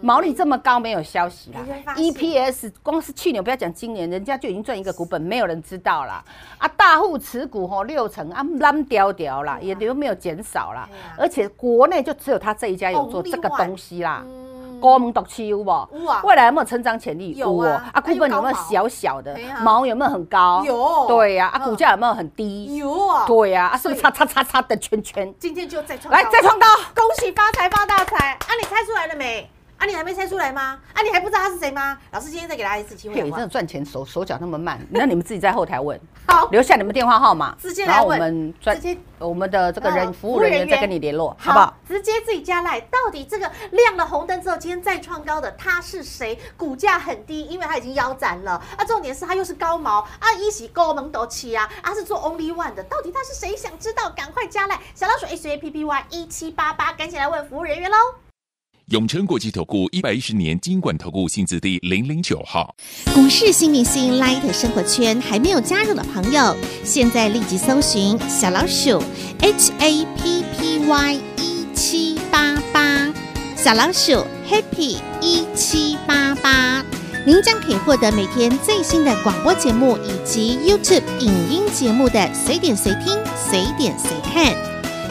Speaker 2: 毛利这么高，没有消息啦
Speaker 1: 嗯你会发现
Speaker 2: ！EPS 光是去年不要讲今年，人家就已经赚一个股本，没有人知道啦。啊，大户持股吼六成啊，烂掉掉啦，也都没有减少啦
Speaker 1: 啊对啊。
Speaker 2: 而且国内就只有他这一家有做
Speaker 1: 哦另
Speaker 2: 这个
Speaker 1: 外
Speaker 2: 东西啦。
Speaker 1: 嗯
Speaker 2: 高门独区有无？
Speaker 1: 有啊
Speaker 2: 未来有没有成长潜力？
Speaker 1: 有啊
Speaker 2: 哦
Speaker 1: 还
Speaker 2: 啊，
Speaker 1: 有
Speaker 2: 股本有没有
Speaker 1: 高毛
Speaker 2: 小小的
Speaker 1: 对啊？
Speaker 2: 毛有没有很高？
Speaker 1: 有
Speaker 2: 对呀，啊，
Speaker 1: 嗯
Speaker 2: 股价有没有很低？
Speaker 1: 有啊，
Speaker 2: 对呀，啊，是不是
Speaker 1: 所
Speaker 2: 叉叉叉叉的圈圈？
Speaker 1: 今天就再创高
Speaker 2: 来，再创高！
Speaker 1: 恭喜发财发大财！啊，你猜出来了没？啊，你还没猜出来吗？啊，你还不知道他是谁吗？老师今天再给大家一次机会
Speaker 2: 嘿
Speaker 1: 好
Speaker 2: 哎你
Speaker 1: 不
Speaker 2: 真
Speaker 1: 好
Speaker 2: 的？赚钱手手脚那么慢，那你们自己在后台问，
Speaker 1: 好，
Speaker 2: 留下你们电话号码
Speaker 1: 直接，来
Speaker 2: 然后我
Speaker 1: 问
Speaker 2: 们专
Speaker 1: 直接
Speaker 2: 我们的这个
Speaker 1: 嗯
Speaker 2: 人服
Speaker 1: 服务
Speaker 2: 务人
Speaker 1: 人
Speaker 2: 员再
Speaker 1: 员
Speaker 2: 跟你联络，好不好？？
Speaker 1: 直接自己加赖。到底这个亮了红灯之后，今天再创高的他是谁？股价很低，因为他已经腰斩了。啊，重点是他又是高毛啊，一起高蒙斗起啊，啊是做 Only One 的，到底他是谁？想知道赶快加赖小老鼠 H A P P Y 一七八八，赶紧来问服务人员喽。
Speaker 3: 永诚国际投顾一百一十年金管投顾性质第零零九号。
Speaker 4: 股市新明星 Light 生活圈还没有加入的朋友，现在立即搜寻小老鼠 HAPPY 一七八八，小老鼠 Happy 一七八八，您将可以获得每天最新的广播节目以及 YouTube 影音节目的随点随听、随点随看。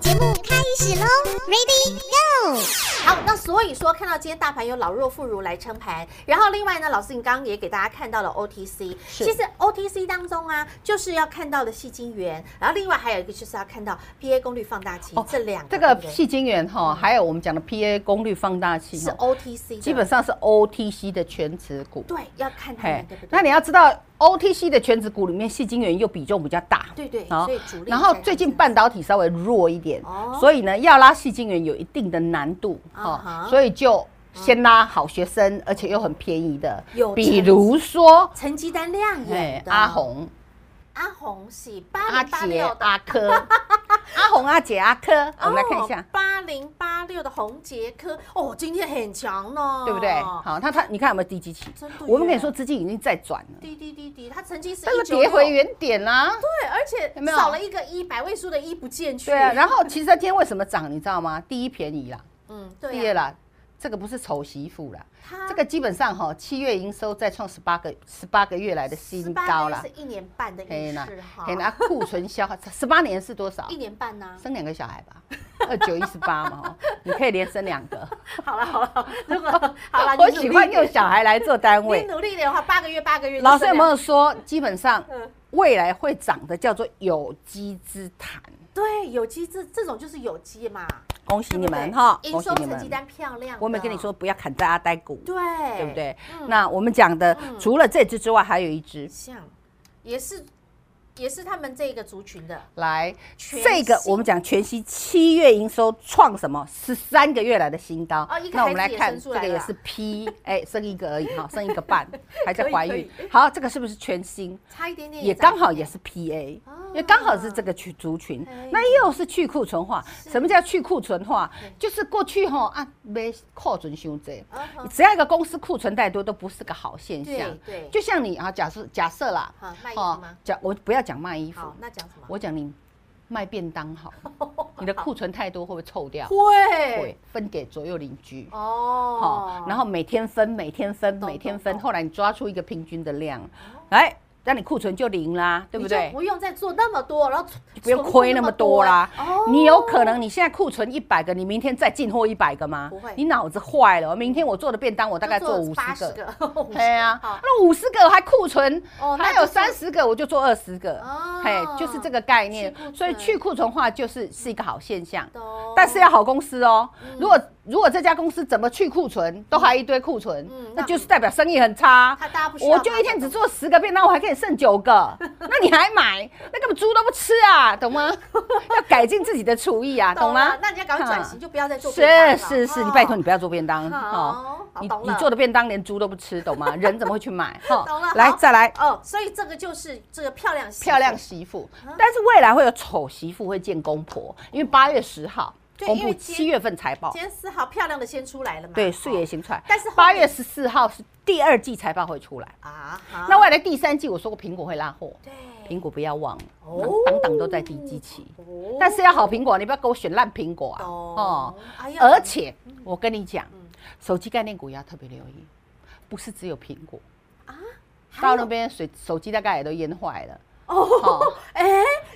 Speaker 4: 节目开始喽，Ready Go！
Speaker 1: 好，那所以说看到今天大盘有老弱妇孺来撑盘，然后另外呢，老师你刚刚也给大家看到了 OTC，
Speaker 2: 是
Speaker 1: 其实 OTC 当中啊，就是要看到的细晶元，然后另外还有一个就是要看到 PA 功率放大器、
Speaker 2: 哦
Speaker 1: 这两个，
Speaker 2: 这
Speaker 1: 对
Speaker 2: 个
Speaker 1: 不对
Speaker 2: 细晶圆哈，还有我们讲的 PA 功率放大器
Speaker 1: 是
Speaker 2: 哈，
Speaker 1: OTC，的
Speaker 2: 哦基本上是 OTC 的全持股。
Speaker 1: 对，要看它
Speaker 2: 嘿
Speaker 1: 嗯们，对不对？
Speaker 2: 那你要知道，OTC 的全指股里面，细晶圆又比重比较大，
Speaker 1: 对对，
Speaker 2: 好
Speaker 1: 所以主力
Speaker 2: 哦然后
Speaker 1: 才
Speaker 2: 最近
Speaker 1: 是
Speaker 2: 半导体稍微弱一点
Speaker 1: 哦，
Speaker 2: 所以呢，要拉细晶圆有一定的难度
Speaker 1: 啊哈
Speaker 2: 哦，所以就先拉好学生，而且又很便宜的
Speaker 1: 有，
Speaker 2: 比如说，
Speaker 1: 成绩单亮
Speaker 2: 哎
Speaker 1: 眼，的
Speaker 2: 阿，红、
Speaker 1: 阿红是八
Speaker 2: 阿
Speaker 1: 零八
Speaker 2: 杰
Speaker 1: 六、的，哦
Speaker 2: 阿科，阿红、阿杰、阿科，哦我们来看一下。
Speaker 1: 八零八六的红杰科，哦，今天很强呢，
Speaker 2: 对不对？
Speaker 1: 哦
Speaker 2: 好，那他你看有没有低基期
Speaker 1: 真的？
Speaker 2: 我们跟你
Speaker 1: 耶
Speaker 2: 说，资金已经在转了，
Speaker 1: 滴滴滴滴，它成绩是
Speaker 2: 但
Speaker 1: 啊一
Speaker 2: 是
Speaker 1: 九
Speaker 2: 跌回原点啦。
Speaker 1: 对，而且
Speaker 2: 有没有
Speaker 1: 少了一个一，百位数的一不见去。
Speaker 2: 对啊，然后其实它今天为什么涨，你知道吗？ 第一便宜啦，
Speaker 1: 嗯，
Speaker 2: 第
Speaker 1: 对
Speaker 2: 二
Speaker 1: 啊，
Speaker 2: 啦，这个不是丑媳妇啦，
Speaker 1: 它
Speaker 2: 这个基本上哈，七月营收再创十八个十八个月来的新
Speaker 1: 18
Speaker 2: 高
Speaker 1: 个月
Speaker 2: 啦
Speaker 1: 是。一年半的
Speaker 2: 嘿
Speaker 1: 意
Speaker 2: 啦
Speaker 1: 思，哈
Speaker 2: 嘿，啦，库存消耗 十八年是多少
Speaker 1: 一？年半呐。
Speaker 2: 生两个小孩吧，二九一十八 嘛，哦你可以连生两个。
Speaker 1: 好了好了，如 果好了，
Speaker 2: 我
Speaker 1: 你努力
Speaker 2: 喜欢
Speaker 1: 一点
Speaker 2: 用小孩来做单
Speaker 1: 你
Speaker 2: 位。
Speaker 1: 努力一点的话，八个月八个月。
Speaker 2: 老师有没
Speaker 1: 就
Speaker 2: 有说，基本上
Speaker 1: 是两？嗯，
Speaker 2: 未来会涨的叫做有机之谈？
Speaker 1: 对，有机这这种就是有机嘛，
Speaker 2: 恭喜你
Speaker 1: 对
Speaker 2: 们
Speaker 1: 不对
Speaker 2: 哈，
Speaker 1: 营
Speaker 2: 恭喜
Speaker 1: 收
Speaker 2: 你
Speaker 1: 成绩
Speaker 2: 们！
Speaker 1: 单漂亮。
Speaker 2: 我没有跟你，说不要砍大家呆股，
Speaker 1: 对，
Speaker 2: 对不？对？
Speaker 1: 嗯
Speaker 2: 哎那我们讲的
Speaker 1: 嗯
Speaker 2: 除了这只之外，还有一只
Speaker 1: 像也是也是他们这个族群的，
Speaker 2: 来，
Speaker 1: 全
Speaker 2: 这个
Speaker 1: 新
Speaker 2: 我们讲全息七月营收创什么十三个月来的新高
Speaker 1: 哦一个
Speaker 2: 那我们
Speaker 1: 孩
Speaker 2: 来
Speaker 1: 子也
Speaker 2: 看
Speaker 1: 生
Speaker 2: 这
Speaker 1: 出来
Speaker 2: 个也
Speaker 1: 了
Speaker 2: 是 P，哎，生一个而已哈， 生一个半还在
Speaker 1: 可以
Speaker 2: 怀
Speaker 1: 可
Speaker 2: 孕
Speaker 1: 以。
Speaker 2: 好，这个是不是全新？
Speaker 1: 差一点点
Speaker 2: 也
Speaker 1: 长
Speaker 2: 刚好也是 PA，
Speaker 1: 哦
Speaker 2: 因为刚好是这个群族群
Speaker 1: 哎，
Speaker 2: 那又是去库存化。什么叫去库存化
Speaker 1: 对？
Speaker 2: 就是过去吼啊，没库存修这
Speaker 1: 嗯哼，
Speaker 2: 只要一个公司库存太多，都不是个好现象。
Speaker 1: 对对
Speaker 2: 就像你啊，假设假设啦
Speaker 1: 好，卖衣服
Speaker 2: 哦
Speaker 1: 吗，
Speaker 2: 讲我不要讲卖衣服
Speaker 1: 好，，那讲什么？
Speaker 2: 我讲你卖便 当好，你的库存太多会不会臭掉？
Speaker 1: 会
Speaker 2: 会分给左右邻居。
Speaker 1: 哦
Speaker 2: 好，，然后每天分，每天分，
Speaker 1: 懂
Speaker 2: 每天
Speaker 1: 懂
Speaker 2: 分，
Speaker 1: 懂哦
Speaker 2: 后来你抓出一个平均的量，哎，那你库存就零啦，对不
Speaker 1: 你就
Speaker 2: 对？
Speaker 1: 不用再做那么多，然后
Speaker 2: 就不用亏那么多啦
Speaker 1: 存货那么多。
Speaker 2: 你有可能你现在库存一百个，你明天再进货一百个吗？
Speaker 1: 不会
Speaker 2: 你脑子坏了。明天我做的便当，我
Speaker 1: 大
Speaker 2: 大概做五十个。 啊
Speaker 1: 个，
Speaker 2: 对呀，
Speaker 1: 好
Speaker 2: 那五十个还库存
Speaker 1: 哦，那
Speaker 2: 还
Speaker 1: 就
Speaker 2: 有
Speaker 1: 是
Speaker 2: 三十个，我就做二十个
Speaker 1: 哦，
Speaker 2: 嘿，就是这个概念
Speaker 1: 去库。存
Speaker 2: 所以去库存化就是是一个好现象，
Speaker 1: 懂嗯
Speaker 2: 但是要好公司哦。如果如果这家公司怎么去库存，都还一堆库存
Speaker 1: 嗯，
Speaker 2: 那
Speaker 1: 那
Speaker 2: 就是代表生意很差
Speaker 1: 他大家不。需要
Speaker 2: 我就一天只做十个便当，我还可以剩九 个，那你还买？那根本猪都不吃啊，懂吗？要改进自己的厨艺 啊，懂吗
Speaker 1: 了？那你要赶快转型，
Speaker 2: 嗯
Speaker 1: 就不要再做
Speaker 2: 是
Speaker 1: 便当了。
Speaker 2: 是是，
Speaker 1: 哦
Speaker 2: 你拜托你不要做便当
Speaker 1: 好
Speaker 2: 哦，
Speaker 1: 好
Speaker 2: 你
Speaker 1: 懂
Speaker 2: 你
Speaker 1: 了
Speaker 2: 做的便当连猪都不吃，懂吗？人怎么会去买？哈
Speaker 1: 懂了
Speaker 2: 来
Speaker 1: 好
Speaker 2: 再来
Speaker 1: 哦，所以这个就是这个漂亮媳妇
Speaker 2: 漂亮媳妇，
Speaker 1: 嗯
Speaker 2: 但是未来会有丑媳妇会见公婆，因为八月十号
Speaker 1: 对
Speaker 2: 公
Speaker 1: 因为
Speaker 2: 布
Speaker 1: 今
Speaker 2: 七月份财报
Speaker 1: 今，天四号漂亮的先出来了嘛？
Speaker 2: 对，
Speaker 1: 哦
Speaker 2: 素颜新出来，
Speaker 1: 但是后
Speaker 2: 八
Speaker 1: 面
Speaker 2: 月十四号是第二季财报会出来，
Speaker 1: 啊，好
Speaker 2: 那未来第三季我说过苹果会拉货，
Speaker 1: 对
Speaker 2: 苹果不要忘了
Speaker 1: 哦，
Speaker 2: 档档都在低基期，
Speaker 1: 哦
Speaker 2: 但是要好苹果，你不要给我选烂苹果啊！
Speaker 1: 懂
Speaker 2: 哦
Speaker 1: 哎，呀
Speaker 2: 而且我跟你讲，手机概念股也要特别留意，不是只有苹果啊，到那边手手机大概也都淹坏了。哦
Speaker 1: 哦，哎，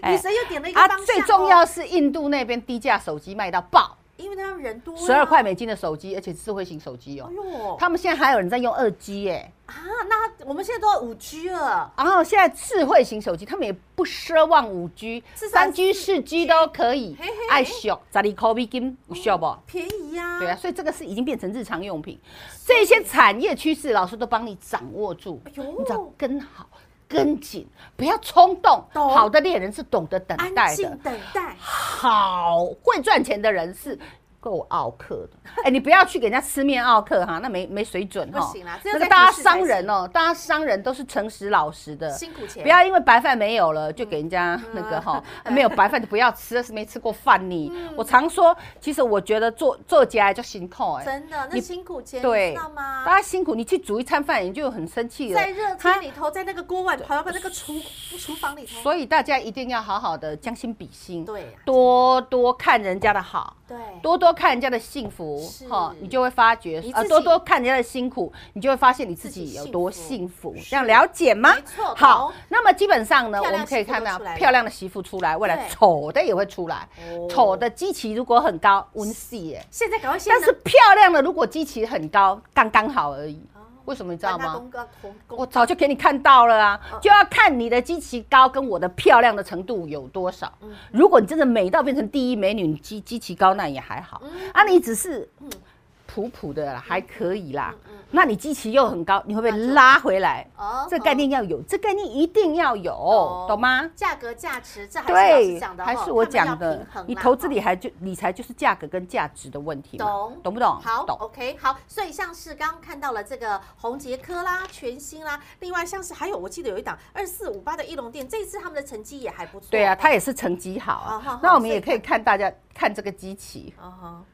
Speaker 2: 哎
Speaker 1: 女神又点了一个
Speaker 2: 啊
Speaker 1: 方向，哦
Speaker 2: 最重要，是印度那边低价手机卖到爆，
Speaker 1: 因为他们人多啊，
Speaker 2: 十二块美金的手机，而且智慧型手机哦
Speaker 1: 哎。呦，
Speaker 2: 他们现在还有人在用二 G 哎，
Speaker 1: 啊，那我们现在都五 G 了。
Speaker 2: 然后现在智慧型手机他们也不奢望五 G、
Speaker 1: 至少
Speaker 2: 三 G、四 G 都可以
Speaker 1: 嘿嘿，
Speaker 2: 爱惜十二块美金有效不？
Speaker 1: 便宜呀、
Speaker 2: 对啊，，所以这个是已经变成日常用品，这些产业趋势老师都帮你掌握住，
Speaker 1: 哎呦
Speaker 2: 你只要跟好、跟紧，不要冲动。
Speaker 1: 懂
Speaker 2: 好的猎人是懂得等
Speaker 1: 安
Speaker 2: 待
Speaker 1: 静
Speaker 2: 的，
Speaker 1: 等 待。
Speaker 2: 好会赚钱的人是。够奥克的，哎、你不要去给人家吃面奥克哈，那没没水准
Speaker 1: 不行啦只有
Speaker 2: 那
Speaker 1: 在
Speaker 2: 个大家
Speaker 1: 股市才
Speaker 2: 商人哦、大家商人都是诚实老实的，
Speaker 1: 辛苦钱
Speaker 2: 不要因为白饭没有了就给人家
Speaker 1: 嗯
Speaker 2: 那 个哈、没有白饭就不要吃，是没吃过饭你。
Speaker 1: 嗯
Speaker 2: 我常说，其实我觉得做做起来就辛苦哎、
Speaker 1: 真的，那
Speaker 2: 你
Speaker 1: 辛苦钱，你
Speaker 2: 对
Speaker 1: 知道，吗？
Speaker 2: 大家辛苦，你去煮一餐饭，你就很生气了。
Speaker 1: 在热
Speaker 2: 他
Speaker 1: 天里头，在那个锅碗瓢盆、那个厨厨房里头，
Speaker 2: 所以大家一定要好好的将心比心，
Speaker 1: 对呀
Speaker 2: 多多看人家的好，
Speaker 1: 对，
Speaker 2: 多多看人家的幸福
Speaker 1: 是，
Speaker 2: 你就会发觉
Speaker 1: 你自己
Speaker 2: 啊，多多看人家的辛苦，你就会发现你
Speaker 1: 自
Speaker 2: 自己
Speaker 1: 己
Speaker 2: 有多
Speaker 1: 幸
Speaker 2: 幸福。这样了解吗
Speaker 1: 没错？
Speaker 2: 好
Speaker 1: 懂，
Speaker 2: 那么基本上呢，
Speaker 1: 漂亮
Speaker 2: 我们可以
Speaker 1: 媳妇都
Speaker 2: 看到
Speaker 1: 出来了
Speaker 2: 漂亮的媳妇出来，未来
Speaker 1: 对
Speaker 2: 丑的也会出来
Speaker 1: 哦，
Speaker 2: 丑的基期如果很高，温系耶。
Speaker 1: 现在赶快先
Speaker 2: 但
Speaker 1: 能，
Speaker 2: 是漂亮的如果基期很高，刚刚好而已。为什么你知道
Speaker 1: 管他
Speaker 2: 吗？
Speaker 1: 哦公告公公
Speaker 2: 我早就给你看到了啊，
Speaker 1: 嗯
Speaker 2: 就要看你的基期高跟我的漂亮的程度有多少。
Speaker 1: 嗯嗯
Speaker 2: 如果你真的美到变成第一美女，你基基期高那也还好啊，你只是。普普的啦，还可以啦。那你基期又很高，你会不会拉回来？
Speaker 1: 嗯哦
Speaker 2: 这概念要有，这概念一定要有，懂吗？
Speaker 1: 哦价格价值，这还是老师
Speaker 2: 对
Speaker 1: 讲的，哦，
Speaker 2: 还是我
Speaker 1: 他们要
Speaker 2: 讲的
Speaker 1: 平衡，
Speaker 2: 你
Speaker 1: 啦
Speaker 2: 投
Speaker 1: 哦
Speaker 2: 资理财就理财就是价格跟价值的问题嘛，
Speaker 1: 懂
Speaker 2: 懂不懂？
Speaker 1: 好
Speaker 2: 懂。
Speaker 1: ，OK，好，所以像是刚刚看到了这个红杰科啦、全新啦，另外像是还有我记得有一档二四五八的翼龙店，这一次他们的成绩也还不错。
Speaker 2: 对啊，它也是成绩好
Speaker 1: 好好好
Speaker 2: 啊。那我们
Speaker 1: 所以
Speaker 2: 也可以看大家看这个基期，
Speaker 1: 嗯哼，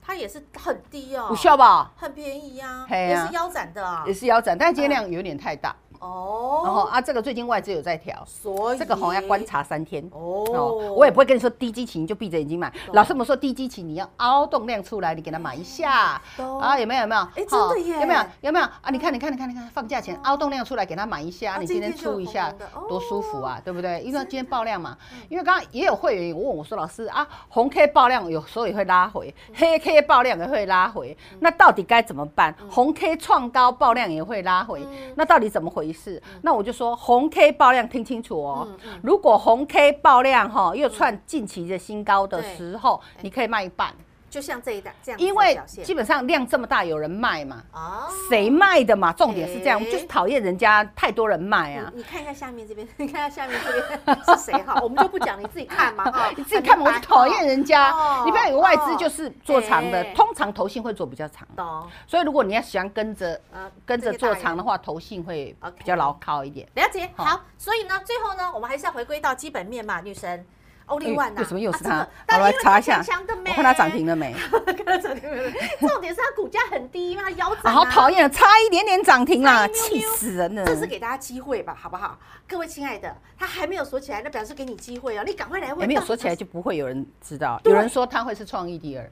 Speaker 1: 它也是很低哦，
Speaker 2: 无效吧？
Speaker 1: 很便宜呀、啊，
Speaker 2: 嘿
Speaker 1: 也
Speaker 2: 啊
Speaker 1: 是腰斩的啊
Speaker 2: 也。是腰斩，但今天量有点太大。然后
Speaker 1: 哦，
Speaker 2: 啊，这个最近外资有在调，
Speaker 1: 所以
Speaker 2: 这个红要观。察三天。
Speaker 1: 哦
Speaker 2: 哦，，我也不会跟你说低基情就闭着眼睛买。老师们说低基情你要凹动量出来，你给它买一下
Speaker 1: 懂
Speaker 2: 啊，有没有？有没有？
Speaker 1: 哎真的
Speaker 2: 好
Speaker 1: 耶哦
Speaker 2: 有没有？有没有啊？你看，你看，你看，你看，放假前凹动量出来给它买一下，
Speaker 1: 啊
Speaker 2: 你
Speaker 1: 今
Speaker 2: 今
Speaker 1: 天
Speaker 2: 天出一下
Speaker 1: 就有红红的哦嗯
Speaker 2: 多舒服啊，对不对？因为今天爆量嘛，因为刚刚也有会员问我说，老师啊，红 K 爆量有时候也会拉回，
Speaker 1: 嗯
Speaker 2: 黑 K 爆量也会拉回，那到底该怎么办？
Speaker 1: 嗯
Speaker 2: 红 K 创高爆量也会拉回，那到底怎么回事？
Speaker 1: 嗯
Speaker 2: 那我就说红 K 爆量听清楚哦，如果红 K 爆量哈又创近期的新高的
Speaker 1: 嗯对
Speaker 2: 时候，你可以卖一半，
Speaker 1: 就像这一档这样子的
Speaker 2: 因为
Speaker 1: 表现，
Speaker 2: 基本上量这么大，有人卖嘛。
Speaker 1: 哦，
Speaker 2: 谁卖的嘛？重点是这样，
Speaker 1: 哎
Speaker 2: 就是讨厌人家太多人卖
Speaker 1: 你
Speaker 2: 啊。
Speaker 1: 你看一下下面这边， 你看一下下面这边 是谁哈？我们就不讲，你自己看嘛哈。
Speaker 2: 你自己看嘛，我
Speaker 1: 很
Speaker 2: 就
Speaker 1: 白
Speaker 2: 讨厌人家
Speaker 1: 哦。
Speaker 2: 你不要以为外资
Speaker 1: 哦
Speaker 2: 就是做长的
Speaker 1: 哎，
Speaker 2: 通常投信会做比较长，
Speaker 1: 懂
Speaker 2: 所以如果你要想跟着
Speaker 1: 啊，
Speaker 2: 跟
Speaker 1: 这
Speaker 2: 着
Speaker 1: 些大
Speaker 2: 做
Speaker 1: 人
Speaker 2: 长的话，投信会
Speaker 1: OK
Speaker 2: 比较牢靠一点。
Speaker 1: 了解，
Speaker 2: 好
Speaker 1: 好，所以呢，最后呢，我们还是要回归到基本面嘛，女神。Only
Speaker 2: 哎
Speaker 1: one 啊，
Speaker 2: 为什么又是
Speaker 1: 啊
Speaker 2: 它？
Speaker 1: 这个
Speaker 2: 好来
Speaker 1: 当然因为
Speaker 2: 查一下，
Speaker 1: 它强强的
Speaker 2: 我
Speaker 1: 咩
Speaker 2: 看它涨停，了没？
Speaker 1: 看它涨停了没？ 重点是它股价很低，因为它腰
Speaker 2: 啊，
Speaker 1: 斩、啊。
Speaker 2: 好讨厌，差一点点涨停
Speaker 1: 差一
Speaker 2: 啦，
Speaker 1: 丢
Speaker 2: 气
Speaker 1: 丢
Speaker 2: 死人了。
Speaker 1: 哎这是给大家机会吧，好不好？各位亲爱的，它还没有锁起来，那表示给你机会哦，你赶快来
Speaker 2: 也
Speaker 1: 问。
Speaker 2: 没有
Speaker 1: 到底
Speaker 2: 锁
Speaker 1: 它
Speaker 2: 起来就不会有人知道。
Speaker 1: 对
Speaker 2: 有人说它会是创意第二，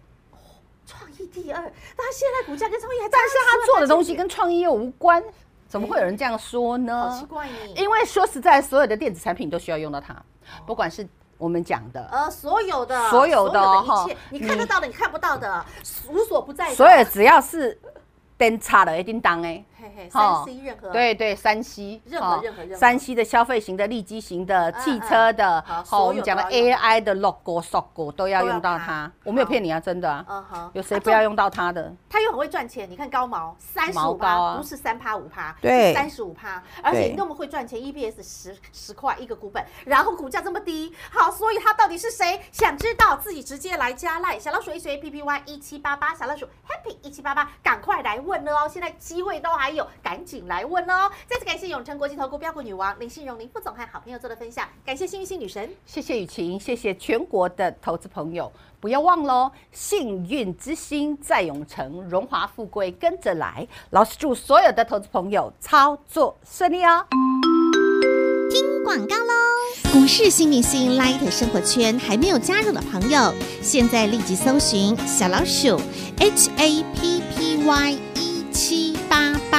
Speaker 1: 创意第二，但它现在股价跟创意还差，
Speaker 2: 但是它做的东西
Speaker 1: 跟
Speaker 2: 跟嗯创意又无关，怎么会有人这样说呢？
Speaker 1: 好奇怪呢。
Speaker 2: 因为说实在，所有的电子产品都需要用到它，
Speaker 1: 哦
Speaker 2: 不管是我们讲的，
Speaker 1: 呃，所有的
Speaker 2: 所有的哦
Speaker 1: 所有的一切
Speaker 2: 哈，
Speaker 1: 你看得
Speaker 2: 你
Speaker 1: 到的，你看不到的，无所不在的。
Speaker 2: 所有只要是灯插了一定当哎，
Speaker 1: 嘿嘿，三
Speaker 2: 哈
Speaker 1: C 任何
Speaker 2: 对对，山西，
Speaker 1: 啊任何
Speaker 2: 哦
Speaker 1: 任何任何
Speaker 2: 山西的消费型的、利基型的、
Speaker 1: 嗯
Speaker 2: 汽车的，
Speaker 1: 好
Speaker 2: 好，我
Speaker 1: 所有
Speaker 2: 们
Speaker 1: 都
Speaker 2: 讲的
Speaker 1: 要用
Speaker 2: AI 的 logo、sogo 都要
Speaker 1: 都要
Speaker 2: 用到
Speaker 1: 它
Speaker 2: 它。我没有
Speaker 1: 好
Speaker 2: 骗你啊，真的啊，
Speaker 1: 嗯哼，
Speaker 2: 有谁
Speaker 1: 啊
Speaker 2: 不要？用到它的？
Speaker 1: 他又很会赚钱，你看高毛三十
Speaker 2: 毛
Speaker 1: 五
Speaker 2: 高
Speaker 1: 趴，
Speaker 2: 啊
Speaker 1: 不是三趴五趴，
Speaker 2: 对
Speaker 1: 三十五趴，而且
Speaker 2: 对
Speaker 1: 你那么会赚钱，EPS 十十块一个股本，然后股价这么低，好，所以他到底是谁？想知道自己直接来加赖小老鼠 H A P P Y 一七八八，小老鼠 Happy 一七八八，赶快来问了哦，现在机会都还有，赶紧来问哦！再次感谢永诚国际投顾标股女王林信荣林副总和好朋友做的分享，感谢幸运星女神。
Speaker 2: 谢谢雨晴，谢谢全国的投资朋友，不要忘喽！幸运之星在永城，荣华富贵跟着来。老师祝所有的投资朋友操作顺利哦！
Speaker 4: 广告喽。股市新明星 Light 生活圈还没有加入的朋友，现在立即搜寻小老鼠 HAPPY 一七八八，